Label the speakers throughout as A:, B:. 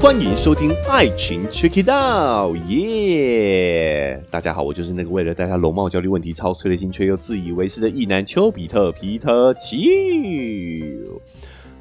A: 欢迎收听《爱情 Check It Out》，耶！大家好，我就是那个为了大家容貌焦虑问题操碎了心却又自以为是的意男丘比特皮特丘。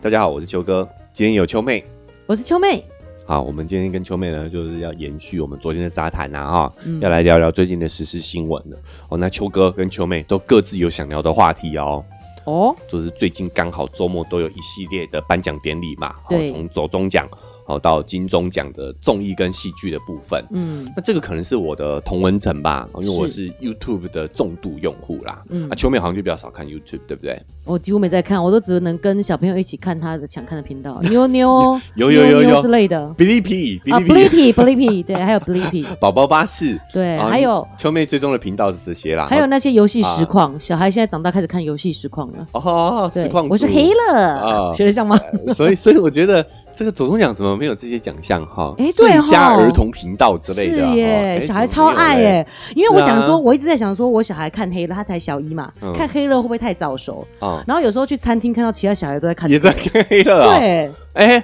A: 大家好，我是丘哥，今天有丘妹。
B: 我是秋妹，
A: 好，我们今天跟秋妹呢，就是要延续我们昨天的杂谈啊，哈、要来聊聊最近的时事新闻了。哦，那秋哥跟秋妹都各自有想聊的话题哦。
B: 哦，
A: 就是最近刚好周末都有一系列的颁奖典礼嘛，哦
B: 对
A: 从走中奖好到金钟奖的综艺跟戏剧的部分。
B: 嗯，
A: 那这个可能是我的同文层吧，哦因为我
B: 是
A: 是 YouTube 的重度用户啦。
B: 嗯
A: 啊，秋妹好像就比较少看 YouTube，对不对？、
B: 我几乎没在看，我都只能跟小朋友一起看他的想看的频道，妞妞
A: 有有有
B: 妞妞
A: 有
B: 之类的
A: 哔哩哔哩，
B: 啊
A: 哔哩哔哩，
B: ，Blippi Blippi，对，还 有 Blippi，
A: 宝宝巴士，
B: 对，
A: 啊
B: 还有
A: 秋妹追踪的频道是这些啦。哦
B: 还有那些游戏实况，小孩现在长大开始看游戏实况了。
A: 哦，实
B: 对
A: 况，
B: 我是黑
A: 啊
B: 了，学得像吗？
A: 所以，所以我觉得这个左中奖怎么没有这些奖项哈？
B: 诶对
A: 最
B: 吼
A: 佳儿童频道之类
B: 是
A: 的，啊哦哎
B: 耶，小孩超爱耶，因为我想说，我一直在想说，我小孩看黑了，他才小一嘛
A: 嗯，
B: 看黑了会不会太早熟？
A: 啊，
B: 然后有时候去餐厅看到其他小孩都在看，
A: 也在黑了啊。
B: 对，
A: 哎、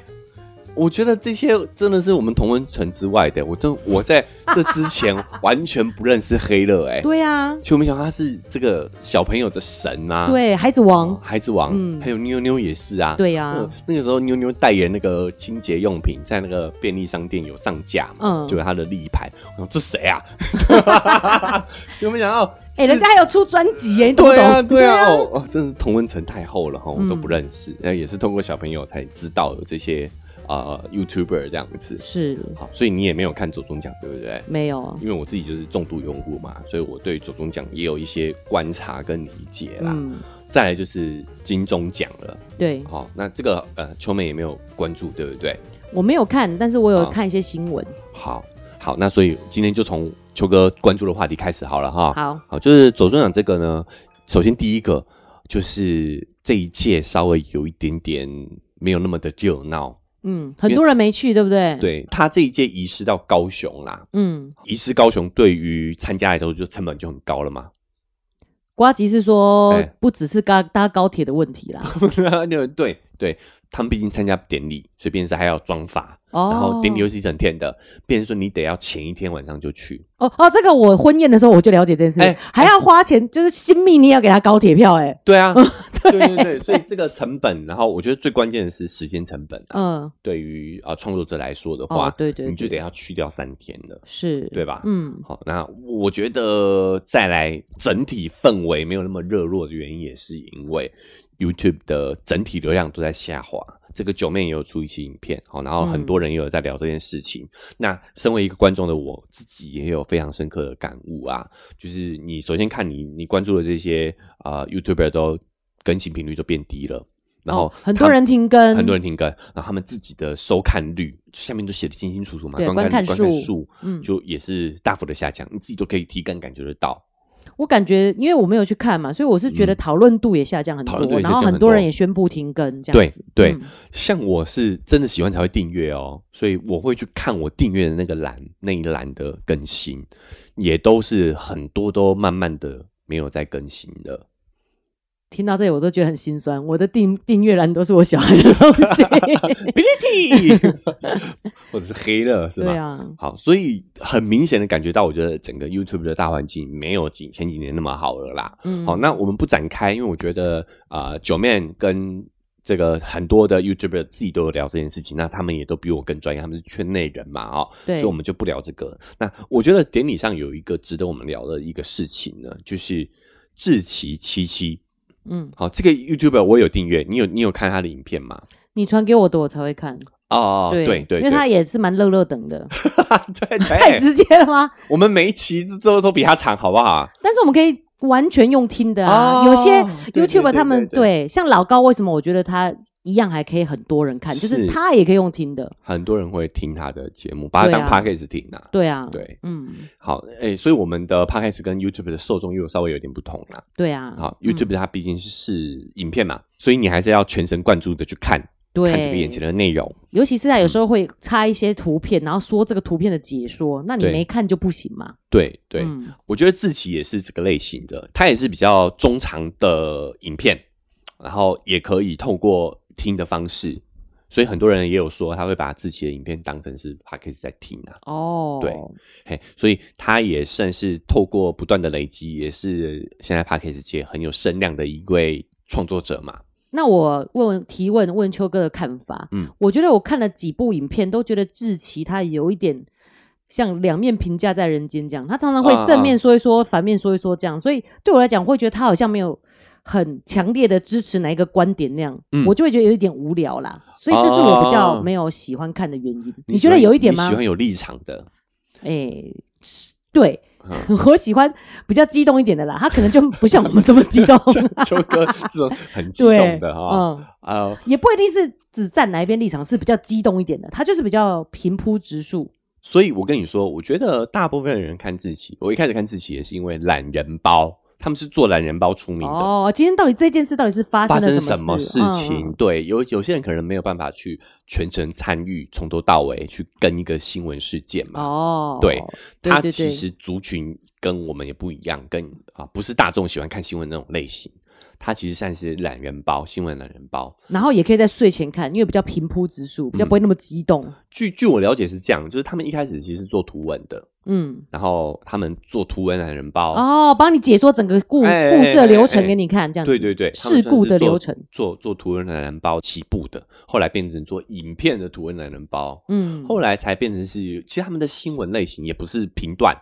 A: 我觉得这些真的是我们同温层之外的，我真我在这之前完全不认识黑乐哎、
B: 对啊，
A: 其实我没想到他是这个小朋友的神啊，
B: 对，孩子
A: 哦，
B: 王，
A: 孩子王，
B: 嗯
A: 还有妞妞也是啊，
B: 对啊
A: 嗯。那个时候妞妞代言那个清洁用品，在那个便利商店有上架嘛，
B: 嗯
A: 就有她的立牌。我想这谁 啊？ 结果没想到是，
B: 哎、人家还有出专辑耶，你懂不
A: 对
B: 懂？
A: 啊，对啊，哦哦，真的是同温层太厚了哈，我都不认识，那、也是通过小朋友才知道有这些啊、呃 YouTuber 这样子。
B: 是
A: 好，所以你也没有看左中奖，对不对？
B: 没有，
A: 因为我自己就是重度用户嘛，所以我对左中奖也有一些观察跟理解啦。
B: 嗯，
A: 再来就是金钟奖了，
B: 对
A: 好、那这个呃，秋妹也没有关注，对不对？
B: 我没有看，但是我有
A: 好
B: 看一些新闻。
A: 好，好，那所以今天就从秋哥关注的话题开始好了哈。
B: 好，
A: 好，就是左村长这个呢，首先第一个就是这一届稍微有一点点没有那么的热闹，
B: 嗯，很多人没去，对不对？，
A: 对他这一届移师到高雄啦，
B: 嗯，
A: 移师高雄对于参加来说就成本就很高了嘛，
B: 瓜吉是说、
A: 哎
B: 不只是搭搭高铁的问题啦，
A: 对对，他们毕竟参加典礼，所以便是还要装法，
B: 哦，
A: 然后典礼又是一整天的，变成说你得要前一天晚上就去，
B: 哦哦，这个我婚宴的时候我就了解这件事，
A: 哎
B: 还要花钱，就是新密你也要给他高铁票、哎，
A: 对啊，对对对，所以这个成本，然后我觉得最关键的是时间成本啊，
B: 嗯，
A: 对于啊创作者来说的话，
B: 哦，对对对，
A: 你就得要去掉三天了，
B: 是，
A: 对吧？
B: 嗯，
A: 好，那我觉得再来整体氛围没有那么热络的原因，也是因为 YouTube 的整体流量都在下滑。这个九妹也有出一期影片，好，然后很
B: 嗯
A: 多人也有在聊这件事情。那身为一个观众的我自己，也有非常深刻的感悟啊，就是你首先看你你关注的这些啊、呃 YouTuber 都更新频率都变低了，然后
B: 哦很多
A: 他们
B: 人停更，
A: 很多人停更，然后他们自己的收看率下面都写的清清楚楚嘛，
B: 对
A: 观
B: 观看
A: 观看
B: 数
A: 数
B: 嗯
A: 就也是大幅的下降，你自己都可以体感感觉得到。
B: 我感觉，因为我没有去看嘛，所以我是觉得讨论度也下降很
A: 嗯
B: 多，
A: 讨论度也下
B: 然
A: 降
B: 后
A: 很多
B: 很多人也宣布停更，这样子。
A: 对对
B: 嗯
A: 像我是真的喜欢才会订阅哦，所以我会去看我订阅的那个栏那一栏的更新，也都是很多都慢慢的没有在更新了。
B: 听到这里我都觉得很心酸。我的订订阅栏都是我小孩的东 西，
A: Ability，或者 是黑了是吧？
B: 对啊，
A: 好，所以很明显的感觉到，我觉得整个 YouTube 的大环境没有几前几年那么好了啦。
B: 嗯，
A: 好，那我们不展开，因为我觉得啊，九、面跟这个很多的 YouTuber 自己都有聊这件事情，那他们也都比我更专业，他们是圈内人嘛，哦，所
B: 对
A: 以我们就不聊这个。那我觉得典礼上有一个值得我们聊的一个事情呢，就是志奇七七。
B: 嗯，
A: 好，这个 YouTuber 我有订阅，你有你有看他的影片吗？
B: 你传给我的我才会看，
A: 哦，对对对，哎
B: 因为他也是蛮乐乐等 的，
A: 对对，
B: 太直接了吗？
A: 我们每一期都都比他长，好不好？
B: 但是我们可以完全用听的
A: 哦
B: 啊，有些
A: 对对
B: YouTube
A: 对
B: 他们
A: 对对
B: 对，像老高为什么我觉得他一样还可以很多人看，就是
A: 是
B: 他也可以用听的，
A: 很多人会听他的节目，把他
B: 对
A: 当
B: 啊
A: podcast 听啊。
B: 对啊，
A: 对，
B: 嗯，
A: 好，哎、所以我们的 podcast 跟 YouTube 的受众又稍微有点不同啦。
B: 对啊，
A: 好
B: 嗯
A: ，YouTube 它毕竟是是影片嘛，所以你还是要全神贯注的去看，
B: 对
A: 看这个眼前的嗯内容。
B: 尤其是在有时候会插一些图片，然后说这个图片的解说，那你
A: 对
B: 没看就不行嘛？
A: 对对，
B: 嗯
A: 我觉得志奇也是这个类型的，它也是比较中长的影片，然后也可以透过听的方式所以很多人也有说他会把自己的影片当成是 p a c k a g e 在听啊，
B: 哦，
A: 对嘿，所以他也算是透过不断的累积，也是现在 p a c k a g e 界很有声量的一位创作者嘛。
B: 那我问提问问秋哥的看法，
A: 嗯
B: 嗯，我觉得我看了几部影片，都觉得志奇他有一点像两面评价在人间这样，他常常会
A: 啊
B: 正面说一说，反面说一说这样，所以对我来讲，会觉得他好像没有很强烈的支持哪一个观点那样，
A: 嗯
B: 我就会觉得有一点无聊啦，所以这是我比较
A: 哦
B: 没有喜欢看的原因。你
A: 喜
B: 觉得
A: 欢
B: 有一点吗
A: 哦你喜？欢有立场的，
B: 哎、是对。
A: 嗯
B: 我喜欢比较激动一点的啦，他可能就不像我们这么激动，
A: 秋哥这种很激
B: 对
A: 动的哈、
B: 嗯，
A: 啊、
B: 也不一定是只站哪一边立场，是比较激动一点的，他就是比较平铺直述。
A: 所以我跟你说，我觉得大部分人看志奇，我一开始看志奇也是因为懒人包，他们是做懒人包出名的。
B: 哦，今天到底这件事到底是发
A: 发
B: 生
A: 生
B: 了
A: 什
B: 么
A: 么事情？
B: 嗯
A: 对，有有些人可能没有办法去全程参与，从头到尾去跟一个新闻事件嘛。
B: 哦，
A: 对，
B: 对
A: 他
B: 对
A: 其
B: 对
A: 实族群跟我们也不一样，跟啊不是大众喜欢看新闻那种类型，他其实算是懒人包，新闻懒人包。
B: 然后也可以在睡前看，因为比较平铺直述，比较不会那么激动。
A: 据据我了解是这样，就是他们一开始其实是做图文的，
B: 嗯，
A: 然后他们做图文懒人包，
B: 哦，帮你解说整个故
A: 哎
B: 故事的流程
A: 哎
B: 给你看，这样子
A: 对对对，他们
B: 事故的
A: 算是做
B: 流程。
A: 做做图文懒人包起步的，后来变成做影片的图文懒人包，
B: 嗯，
A: 后来才变成是，其实他们的新闻类型也不是评断，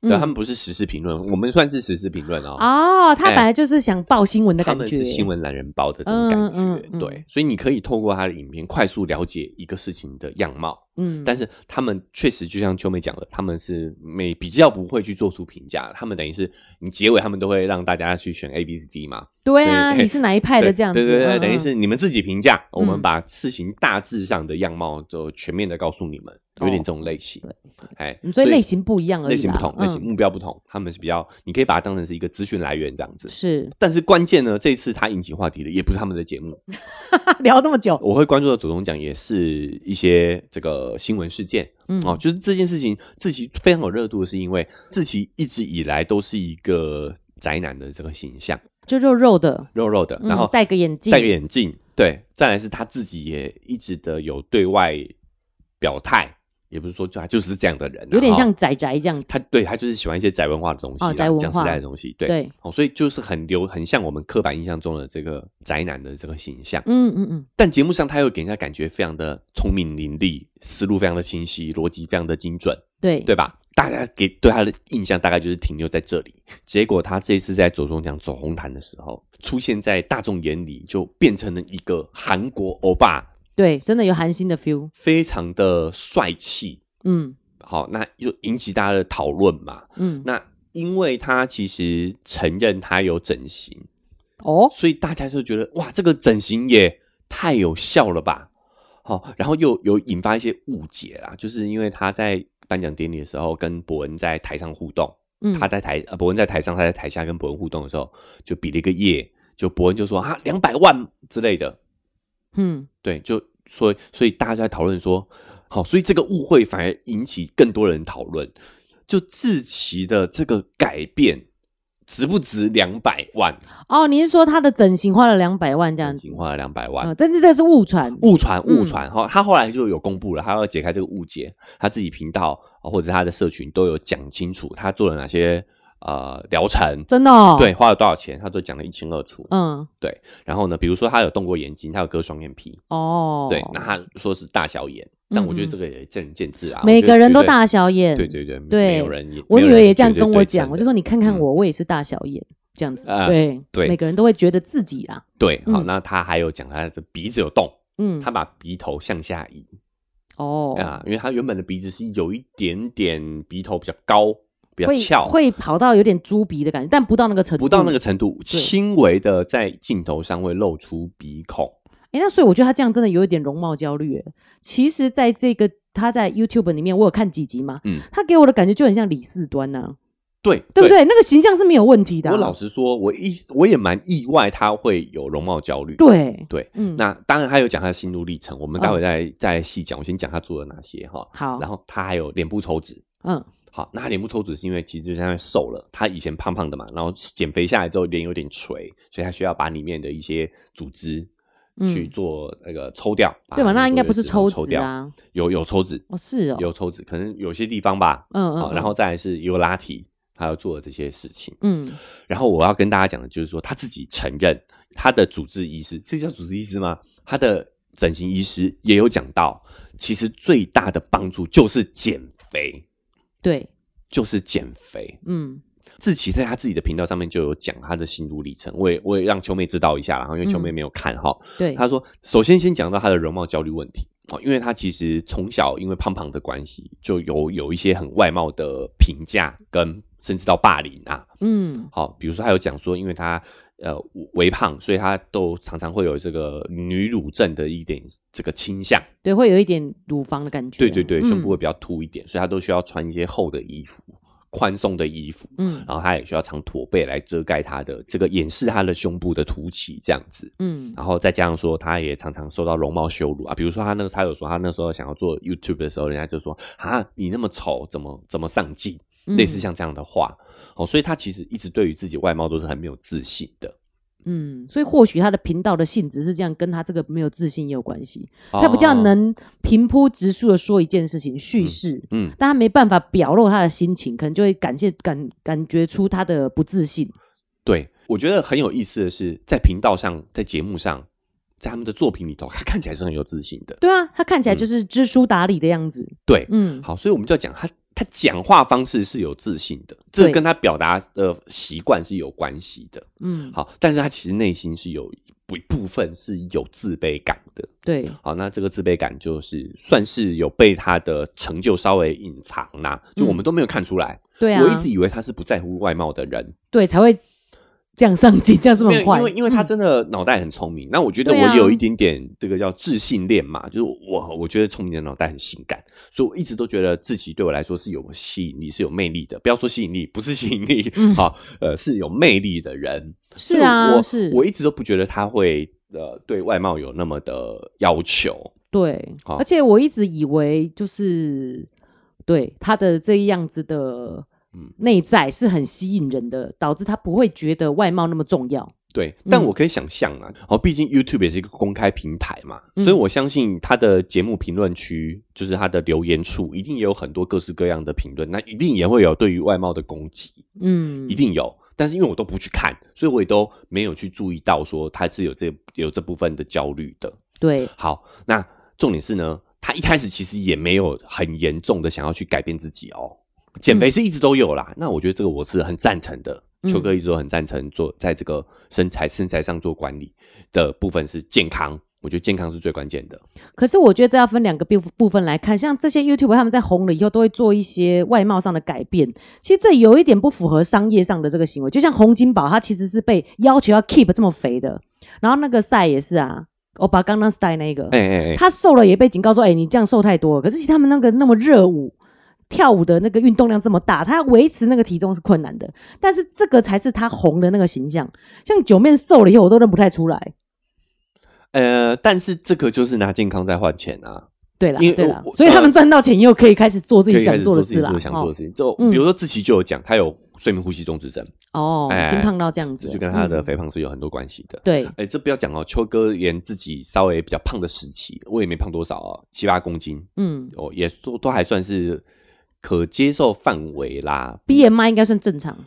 A: 对，
B: 嗯
A: 他们不是时事评论，我们算是时事评论哦。
B: 哦，他
A: 哎
B: 本来就是想报新闻的
A: 他
B: 感
A: 们
B: 觉，
A: 是新闻懒人包的这种感觉，
B: 嗯嗯嗯
A: 对，所以你可以透过他的影片快速了解一个事情的样貌，
B: 嗯，
A: 但是他们确实就像秋妹讲的，他们是没比较不会去做出评价，他们等于是你结尾他们都会让大家去选 A B C D 嘛，
B: 对啊，
A: 对
B: 你是哪一派
A: 对
B: 的这样子？
A: 对对对，
B: 嗯
A: 等于是你们自己评价，我们
B: 嗯
A: 把事情大致上的样貌就全面的告诉你们，有点这种类型
B: 对，
A: 哎
B: 嗯，所以类型不一样而已啦
A: 类型不同，
B: 嗯
A: 类型目标不同，他们是比较，你可以把它当成是一个资讯来源这样子。
B: 是
A: 但是关键呢，这次他引起话题的也不是他们的节目，
B: 聊那么久，
A: 我会关注的主动奖也是一些这个新闻事件，
B: 嗯
A: 哦，就是这件事情，志奇非常有热度，是因为志奇一直以来都是一个宅男的这个形象，
B: 就肉肉的，
A: 肉肉的，
B: 嗯
A: 然后
B: 戴个眼镜
A: 戴个眼镜，对，再来是他自己也一直的有对外表态，也不是说就他就是这样的人啊，
B: 有点
A: 哦
B: 像仔仔这样子。
A: 他对他就是喜欢一些宅文化的东西啦，
B: 哦宅文化
A: 讲时代的东西，对，
B: 对，
A: 哦，所以就是很流，很像我们刻板印象中的这个宅男的这个形象。
B: 嗯嗯嗯，
A: 但节目上他又给人家感觉非常的聪明伶俐，思路非常的清晰，逻辑非常的精准，
B: 对
A: 对吧？大家给对他的印象大概就是停留在这里。结果他这一次在左中奖走红毯的时候，出现在大众眼里，就变成了一个韩国欧巴，
B: 对，真的有韩星的 feel。
A: 非常的帅气。
B: 嗯
A: 好，那就引起大家的讨论嘛。
B: 嗯，
A: 那因为他其实承认他有整形，
B: 哦，
A: 所以大家就觉得哇，这个整形也太有效了吧？好、然后又有引发一些误解啦，就是因为他在颁奖典礼的时候跟伯恩在台上互动，
B: 嗯，
A: 他在台呃伯恩在台上，他在台下跟伯恩互动的时候，就比了一个耶，就伯恩就说啊两百万之类的，
B: 嗯，
A: 对，就所以所以大家在讨论说，好，所以这个误会反而引起更多人讨论，就志奇的这个改变值不值两百万？
B: 哦，你是说他的整形花了两百万这样
A: 已
B: 子
A: 经？花了两百万
B: 嗯，，但是这是误传。
A: 误传
B: 嗯
A: 误传哈，他后来就有公布了，他要解开这个误解，他自己频道哦或者是他的社群都有讲清楚他做了哪些呃疗程，
B: 真的哦，
A: 对，，花了多少钱，他都讲得一清二楚。
B: 嗯，
A: 然后呢，比如说他有动过眼睛，他有割双眼皮，
B: 哦，嗯
A: 对，那他说是大小眼，但我觉得这个也见仁见智啊，
B: 每个人都
A: 我
B: 大小眼，
A: 觉得绝对，对对对，
B: 对
A: 没有人也，
B: 我
A: 没有
B: 女
A: 人
B: 儿
A: 是
B: 也这样
A: 绝对
B: 跟我
A: 对称
B: 讲，我就
A: 的
B: 说你看看
A: 嗯
B: 我，我也是大小眼这样子
A: 啊。
B: 对
A: 对
B: 每个人都会觉得自己啦。
A: 对，好，
B: 嗯
A: 那他还有讲他的鼻子有洞，
B: 嗯
A: 他，把鼻头向下移
B: 哦，
A: 啊，因为他原本的鼻子是有一点点鼻头比较高，比较
B: 会
A: 翘，
B: 会跑到有点猪鼻的感觉，但不到那个程度，
A: 不到那个。程度，
B: 对
A: 轻微的在镜头上会露出鼻孔。
B: 哎、那所以我觉得他这样真的有一点容貌焦虑耶。其实，在这个他在 YouTube 里面，我有看几集嘛，
A: 嗯
B: 他给我的感觉就很像李四端呐、
A: 对，
B: 对不对？那个形象是没有问题的啊、
A: 我老实说，我一我也蛮意外他会有容貌焦虑。
B: 对，
A: 对
B: 嗯，哦
A: 那当然他有讲他的心路历程，我们待会再、再细讲。我先讲他做了哪些哈，
B: 好，
A: 然后他还有脸部抽脂。
B: 嗯，
A: 好，那他脸部抽脂是因为其实就是他瘦了，他以前胖胖的嘛，然后减肥下来之后脸有点垂，所以他需要把里面的一些组织去做那个抽掉，把
B: 嗯对嘛？那
A: 很
B: 应
A: 多
B: 该不是
A: 的脂肪
B: 抽
A: 抽
B: 脂
A: 掉，
B: 啊，
A: 有有抽脂，
B: 哦，是哦，
A: 有抽脂，可能有些地方吧，
B: 嗯
A: 好，
B: 嗯，
A: 然后再来是有拉提，他要做的这些事情。
B: 嗯，
A: 然后我要跟大家讲的就是说，他自己承认他的主治医师，这叫主治医师吗？他的整形医师也有讲到，其实最大的帮助就是减肥，
B: 对，
A: 就是减肥。
B: 嗯
A: 志奇在他自己的频道上面就有讲他的心路历程，我也我也让秋妹知道一下啦，然后因为秋妹没有看哈，
B: 对，
A: 他说，首先先讲到他的容貌焦虑问题哦，因为他其实从小因为胖胖的关系，就有有一些很外貌的评价跟甚至到霸凌啊。
B: 嗯
A: 好、比如说他有讲说，因为他呃微胖，所以他都常常会有这个女乳症的一点这个倾向。
B: 对，会有一点乳房的感觉，
A: 对对对，胸部
B: 嗯
A: 会比较凸一点，所以他都需要穿一些厚的衣服、宽松的衣服，
B: 嗯
A: 然后他也需要常驼背来遮盖他的这个掩饰他的胸部的凸起这样子。
B: 嗯
A: 然后再加上说，他也常常受到容貌羞辱啊，比如说他那个，他有说他那时候想要做 YouTube 的时候，人家就说啊，你那么丑，怎么怎么上镜？
B: 嗯
A: 类似像这样的话哦，所以他其实一直对于自己外貌都是很没有自信的。
B: 嗯，所以或许他的频道的性质是这样，跟他这个没有自信也有关系。他比较
A: 哦，
B: 能平铺直述的说一件事情，叙事，
A: 嗯，
B: 但他没办法表露他的心情，可能就会感谢感感觉出他的不自信。
A: 对，我觉得很有意思的是，在频道上，在节目上，在他们的作品里头，他看起来是很有自信的。
B: 对啊，他看起来
A: 嗯
B: 就是知书达理的样子。
A: 对，
B: 嗯，
A: 好，所以我们就要讲他，他讲话方式是有自信的，这
B: 对
A: 跟他表达的习惯是有关系的。
B: 嗯，
A: 好，但是他其实内心是有一部部分是有自卑感的。
B: 对，
A: 好，那这个自卑感就是算是有被他的成就稍微隐藏啦、就我们都没有看出来。
B: 嗯对啊，
A: 我一直以为他是不在乎外貌的人，
B: 对才会这样上进，这样这么
A: 没有
B: 快，嗯
A: 因为因为他真的脑袋很聪明。那我觉得
B: 对啊
A: 我有一点点这个叫自信恋嘛，就是我我觉得聪明的脑袋很性感，所以我一直都觉得自己对我来说是有吸引力、是有魅力的。不要说吸引力，不是吸引力，好，呃，是有魅力的人。
B: 嗯是
A: 所以
B: 啊，
A: 我
B: 是，
A: 我一直都不觉得他会呃对外貌有那么的要求。
B: 对，
A: 好
B: 而且我一直以为就是对他的这样子的
A: 嗯
B: 内在是很吸引人的，导致他不会觉得外貌那么重要。
A: 对，但
B: 嗯
A: 我可以想象啊，哦，毕竟 YouTube 也是一个公开平台嘛，
B: 嗯
A: 所以我相信他的节目评论区，就是他的留言处，一定也有很多各式各样的评论，那一定也会有对于外貌的攻击，
B: 嗯
A: 一，定有。但是因为我都不去看，所以我也都没有去注意到说他是有这有这部分的焦虑的。
B: 对，
A: 好，那重点是呢，他一开始其实也没有很严重的想要去改变自己哦，减肥是一直都有啦。那我觉得这个我是很赞成的，
B: 嗯
A: 秋哥一直都很赞成做在这个身材身材上做管理的部分是健康，我觉得健康是最关键的。
B: 可是我觉得这要分两个部部分来看，像这些 YouTube 他们在红了以后，都会做一些外貌上的改变。其实这有一点不符合商业上的这个行为，就像洪金宝，他其实是被要求要 keep 这么肥的，然后那个赛也是啊，我把刚刚 style 那个，
A: 哎哎哎，
B: 他瘦了也被警告说，哎、你这样瘦太多了。可是其实他们那个那么热舞。跳舞的那个运动量这么大，他要维持那个体重是困难的，但是这个才是他红的那个形象。像九面瘦了以后，我都认不太出来。
A: 呃，但是这个就是拿健康在换钱啊，
B: 对啦，
A: 因为
B: 对啦
A: 我，
B: 所以他们
A: 呃
B: 赚到钱又可以开始做自
A: 可
B: 己
A: 以开
B: 想
A: 始
B: 做的
A: 自
B: 事
A: 己
B: 啦。
A: 想做的事情。就
B: 嗯
A: 比如说志奇就有讲，他有睡眠呼吸中止症，
B: 哦，哦已经
A: 哎
B: 胖到这样子
A: 这
B: 了，
A: 就跟他的
B: 嗯
A: 肥胖是有很多关系的。
B: 对
A: 哎、这不要讲哦，秋哥连自己稍微比较胖的时期，我也没胖多少哦，七八公斤
B: 嗯
A: 哦，也都都还算是可接受范围啦，
B: ，BMI 应该算正常。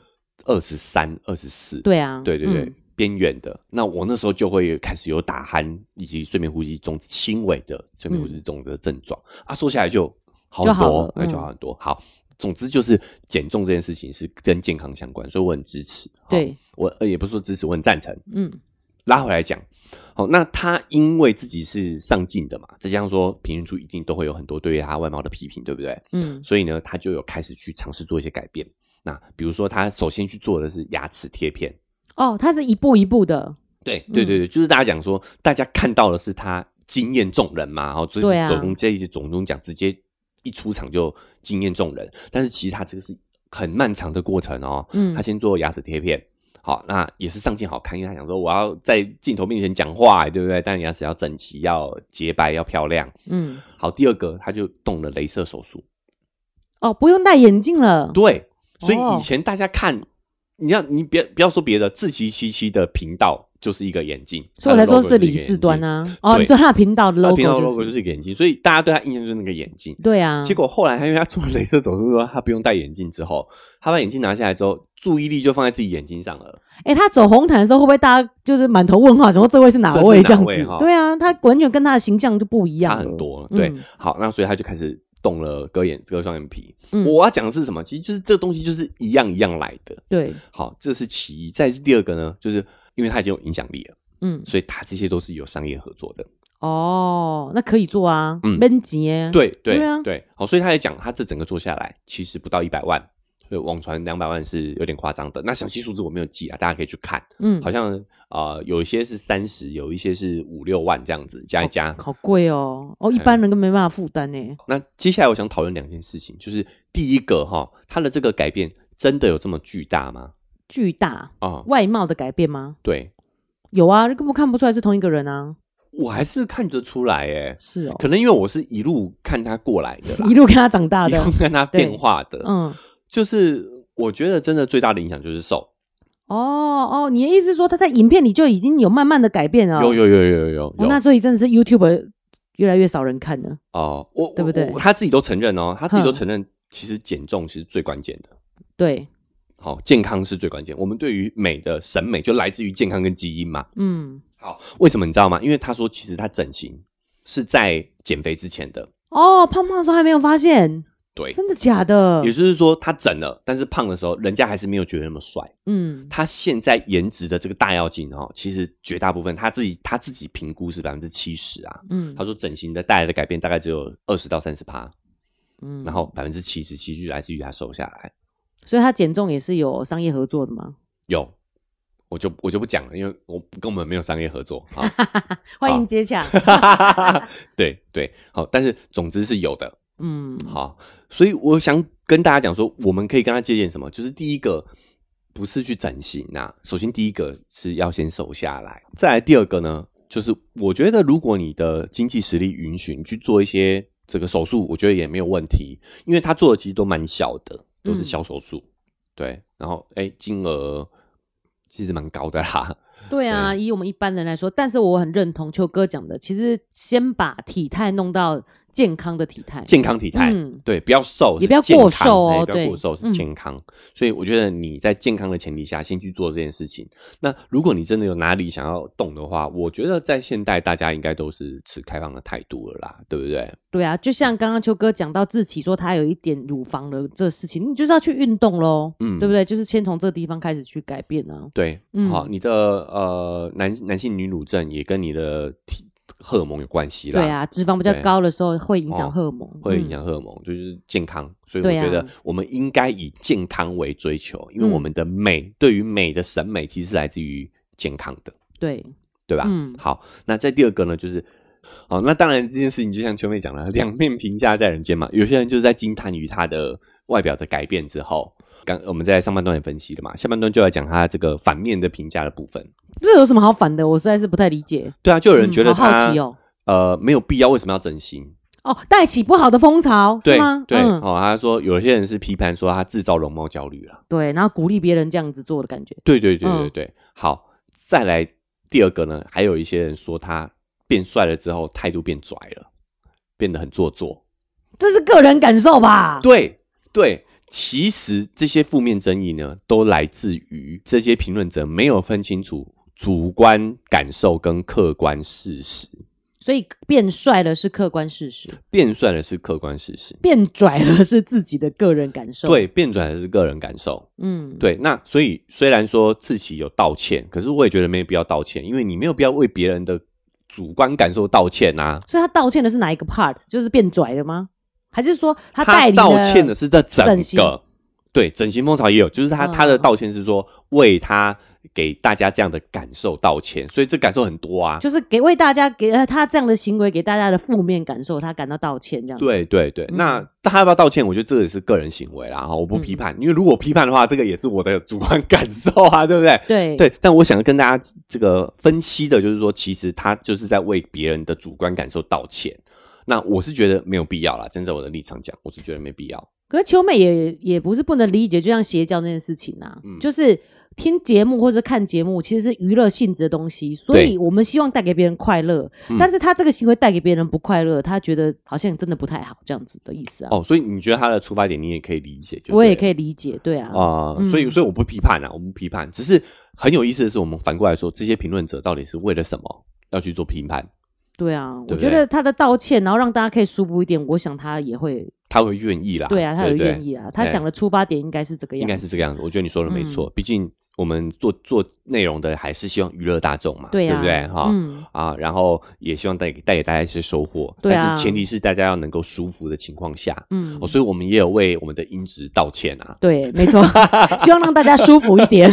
A: 二十三、二十四，
B: 对啊，
A: 对对对
B: 嗯，
A: 边缘的。那我那时候就会开始有打鼾以及睡眠呼吸中轻微的睡眠呼吸中的症状、啊，说起来就好
B: 嗯就
A: 很
B: 好
A: 多
B: 了，
A: 那就
B: 嗯
A: 好很多。好，总之就是减重这件事情是跟健康相关，所以我很支持。好
B: 对，
A: 我呃也不是说支持，我很赞成。
B: 嗯
A: 拉回来讲，好，那他因为自己是上进的嘛，再加上说评论处一定都会有很多对于他外貌的批评，对不对？
B: 嗯
A: 所以呢，他就有开始去尝试做一些改变。那比如说，他首先去做的是牙齿贴片，
B: 哦，他是一步一步的，
A: 对对对
B: 嗯
A: 对，就是大家讲说，大家看到的是他惊艳众人嘛，哦，就是
B: 对啊
A: 总中这一些总中奖直接一出场就惊艳众人，但是其实他这个是很漫长的过程哦，
B: 嗯
A: 他先做牙齿贴片，好，那也是上镜好看，因为他想说我要在镜头面前讲话，欸对不对？但牙齿要整齐，要洁白，要漂亮。
B: 嗯，
A: 好，第二个他就动了镭射手术，
B: 哦，不用戴眼镜了，
A: 对，所以
B: 哦
A: 以前大家看，你要你别不要说别的，自欺欺欺的频道就是一个眼镜，
B: 所以我才说是李
A: 四
B: 四端啊。
A: 对
B: 哦，你说他的频道的
A: 他的频道
B: logo
A: 的
B: 就
A: logo 就是是一个眼镜，所以大家对他印象就是那个眼镜。
B: 对啊，
A: 结果后来他因为他做了镭射手术之后，他不用戴眼镜之后，他把眼镜拿下来之后，注意力就放在自己眼睛上了。
B: 哎，他走红毯的时候会不会大家就是满头问号，想说这位是哪位
A: 这是哪
B: 这样
A: 位
B: 子
A: 哈？
B: 对啊，他完全跟他的形象就不一样
A: 差
B: 了，
A: 很多。
B: 嗯
A: 对，好，那所以他就开始动了割眼割双眼皮。
B: 嗯
A: 我要讲的是什么？其实就是这个东西就是一样一样来的。
B: 对，
A: 好，这是其一。再是第二个呢，就是因为他已经有影响力了，
B: 嗯，
A: 所以他这些都是有商业合作的。
B: 哦，那可以做啊，
A: 嗯
B: 闷杰，
A: 对对
B: 对啊
A: 对，好，所以他也讲，他这整个做下来其实不到一百万。所以网传两百万是有点夸张的，那详细数字我没有记啊，大家可以去看。
B: 嗯，
A: 好像啊、呃有一些是三十，有一些是五六万这样子加一加，
B: 好贵哦，哦，一般
A: 哎
B: 人都没办法负担呢。
A: 那接下来我想讨论两件事情，就是第一个哈，他的这个改变真的有这么巨大吗？
B: 巨大
A: 啊、
B: 外貌的改变吗？
A: 对，
B: 有啊，根本看不出来是同一个人啊。
A: 我还是看得出来诶，
B: 是哦，
A: 可能因为我是一路看他过来的啦，
B: 一路跟他长 大
A: 一
B: 的
A: 路，看他变化的，
B: 嗯，
A: 就是我觉得真的最大的影响就是瘦，
B: 哦哦，你的意思是说他在影片里就已经有慢慢的改变了？
A: 有有有有有有
B: 哦，
A: 有
B: 那所以真的是 YouTube 越来越少人看了。
A: 哦，我
B: 对不对
A: 我我他自己都承认哦，他自己都
B: 哼
A: 承认，其实减重是最关键的。
B: 对，
A: 好，健康是最关键。我们对于美的审美就来自于健康跟基因嘛。
B: 嗯，
A: 好，为什么你知道吗？因为他说其实他整形是在减肥之前的，
B: 哦，胖胖的时候还没有发现，
A: 对，
B: 真的假的
A: 也？就是说他整了，但是胖的时候人家还是没有觉得那么帅。
B: 嗯，
A: 他现在颜值的这个大跃进哦，其实绝大部分他自己他自己评估是百分之七十啊。
B: 嗯
A: 他说整形的带来的改变大概只有二十到三十趴，
B: 嗯，
A: 然后百分之七十其实就来自于他瘦下来。
B: 所以他减重也是有商业合作的嘛？
A: 有，我就我就不讲了，因为我跟我们没有商业合作。好，
B: 欢迎接洽。
A: 对对，好，但是总之是有的。
B: 嗯，
A: 好，所以我想跟大家讲说，我们可以跟他借鉴什么？就是第一个，不是去整形啊。首先，第一个是要先瘦下来，再来第二个呢，就是我觉得如果你的经济实力允许，你去做一些这个手术，我觉得也没有问题，因为他做的其实都蛮小的，都是
B: 嗯
A: 小手术，对。然后，哎、金额其实蛮高的啦，
B: 对啊，以我们一般人来说，但是我很认同秋哥讲的，其实先把体态弄到健康的体态。
A: 健康体态，
B: 嗯
A: 对，不要瘦，
B: 也
A: 是
B: 不要
A: 健康
B: 过瘦哦
A: 哎不要
B: 对
A: 过瘦是
B: 嗯
A: 健康。所以我觉得你在健康的前提下，先去做这件事情。那如果你真的有哪里想要动的话，我觉得在现代大家应该都是持开放的态度了啦，对不对？
B: 对啊，就像刚刚秋哥讲到志奇说他有一点乳房的这事情，你就是要去运动喽，
A: 嗯
B: 对不对？就是先从这个地方开始去改变啊。
A: 对，
B: 嗯
A: 好，你的呃男男性女乳症也跟你的体荷尔蒙有关系啦，
B: 对，啊，脂肪比较
A: 对
B: 高的时候会影
A: 哦
B: 响荷尔蒙，
A: 会
B: 嗯
A: 影响荷尔蒙，就是健康。所以我
B: 对啊
A: 觉得我们应该以健康为追求，因为
B: 嗯
A: 我们的美对于美的审美其实是来自于健康的。
B: 嗯对，
A: 对吧？
B: 嗯
A: 好，那再第二个呢，就是，哦，那当然这件事情就像秋妹讲了， 两面评价在人间嘛。有些人就是在惊叹于他的外表的改变之后，刚我们在上半段也分析了嘛，下半段就来讲他这个反面的评价的部分。
B: 这有什么好反的？我实在是不太理解。
A: 对啊，就有人觉得
B: 嗯好
A: 他、
B: 好奇哦，
A: 呃，没有必要，为什么要整形？
B: 哦，带起不好的风潮
A: 对
B: 是吗？
A: 对、
B: 嗯，
A: 哦，他说有些人是批判说他制造容貌焦虑了。
B: 对，然后鼓励别人这样子做的感觉，
A: 对对对
B: 嗯
A: 对对，好，再来第二个呢，还有一些人说他变帅了之后态度变拽了，变得很做作。
B: 这是个人感受吧？
A: 对对，其实这些负面争议呢，都来自于这些评论者没有分清楚主观感受跟客观事实。
B: 所以变帅了是客观事实，
A: 变算的是客观事实，
B: 变拽了是自己的个人感受。，
A: 对，变转的是个人感受。
B: 嗯，
A: 对，那所以虽然说自己有道歉，可是我也觉得没必要道歉，因为你没有必要为别人的主观感受道歉啊。
B: 所以他道歉的是哪一个 part？就是变拽了吗？还是说他带领
A: 道歉的是这整
B: 整形
A: 个，对整形风潮也有，就是他、
B: 嗯
A: 他的道歉是说为他给大家这样的感受道歉，所以这感受很多啊。
B: 就是给为大家给呃他这样的行为给大家的负面感受，他感到道歉这样。，
A: 对对对，
B: 嗯
A: 那他要不要道歉？我觉得这也是个人行为啦，哈，我不批判，因为如果批判的话，这个也是我的主观 感受啊，对不对？
B: 对
A: 对，但我想跟大家这个分析的就是说，其实他就是在为别人的主观感受道歉。那我是觉得没有必要啦，站在我的立场讲，我是觉得没必要。嗯
B: 可是秋妹也也不是不能理解，就像邪教那件事情啊，就是听节目或者看节目其实是娱乐性质的东西，所以我们希望带给别人快乐，
A: 嗯
B: 但是他这个行为带给别人不快乐，他觉得好像真的不太好，这样子的意思啊。
A: 哦，所以你觉得他的出发点你也可以理解，就
B: 我也可
A: 以
B: 以理解，对啊，
A: 啊、所以所以我不批判啊，我不批判，只是很有意思的是，我们反过来说，这些评论者到底是为了什么要去做评判？
B: 对啊，
A: 对不
B: 我
A: 对
B: 觉得他的道歉，然后让大家可以舒服一点，我想他也会，
A: 他会愿意啦，
B: 对啊，他也
A: 不
B: 愿意啊。嗯他
A: 对哎
B: 想的出发点应该是这个
A: 应
B: 样
A: 该
B: 子，
A: 是这个样子。我觉得你说的没错，毕竟我们做做内容的还是希望娱乐大众嘛，
B: 对啊，
A: 不对？哈、
B: 嗯，
A: 啊，然后也希望带给带给大家一些收获，
B: 对啊
A: 但是前提是大家要能够舒服的情况下。
B: 嗯，
A: 哦，所以我们也有为我们的音质道歉啊
B: 对，没错，希望让大家舒服一点。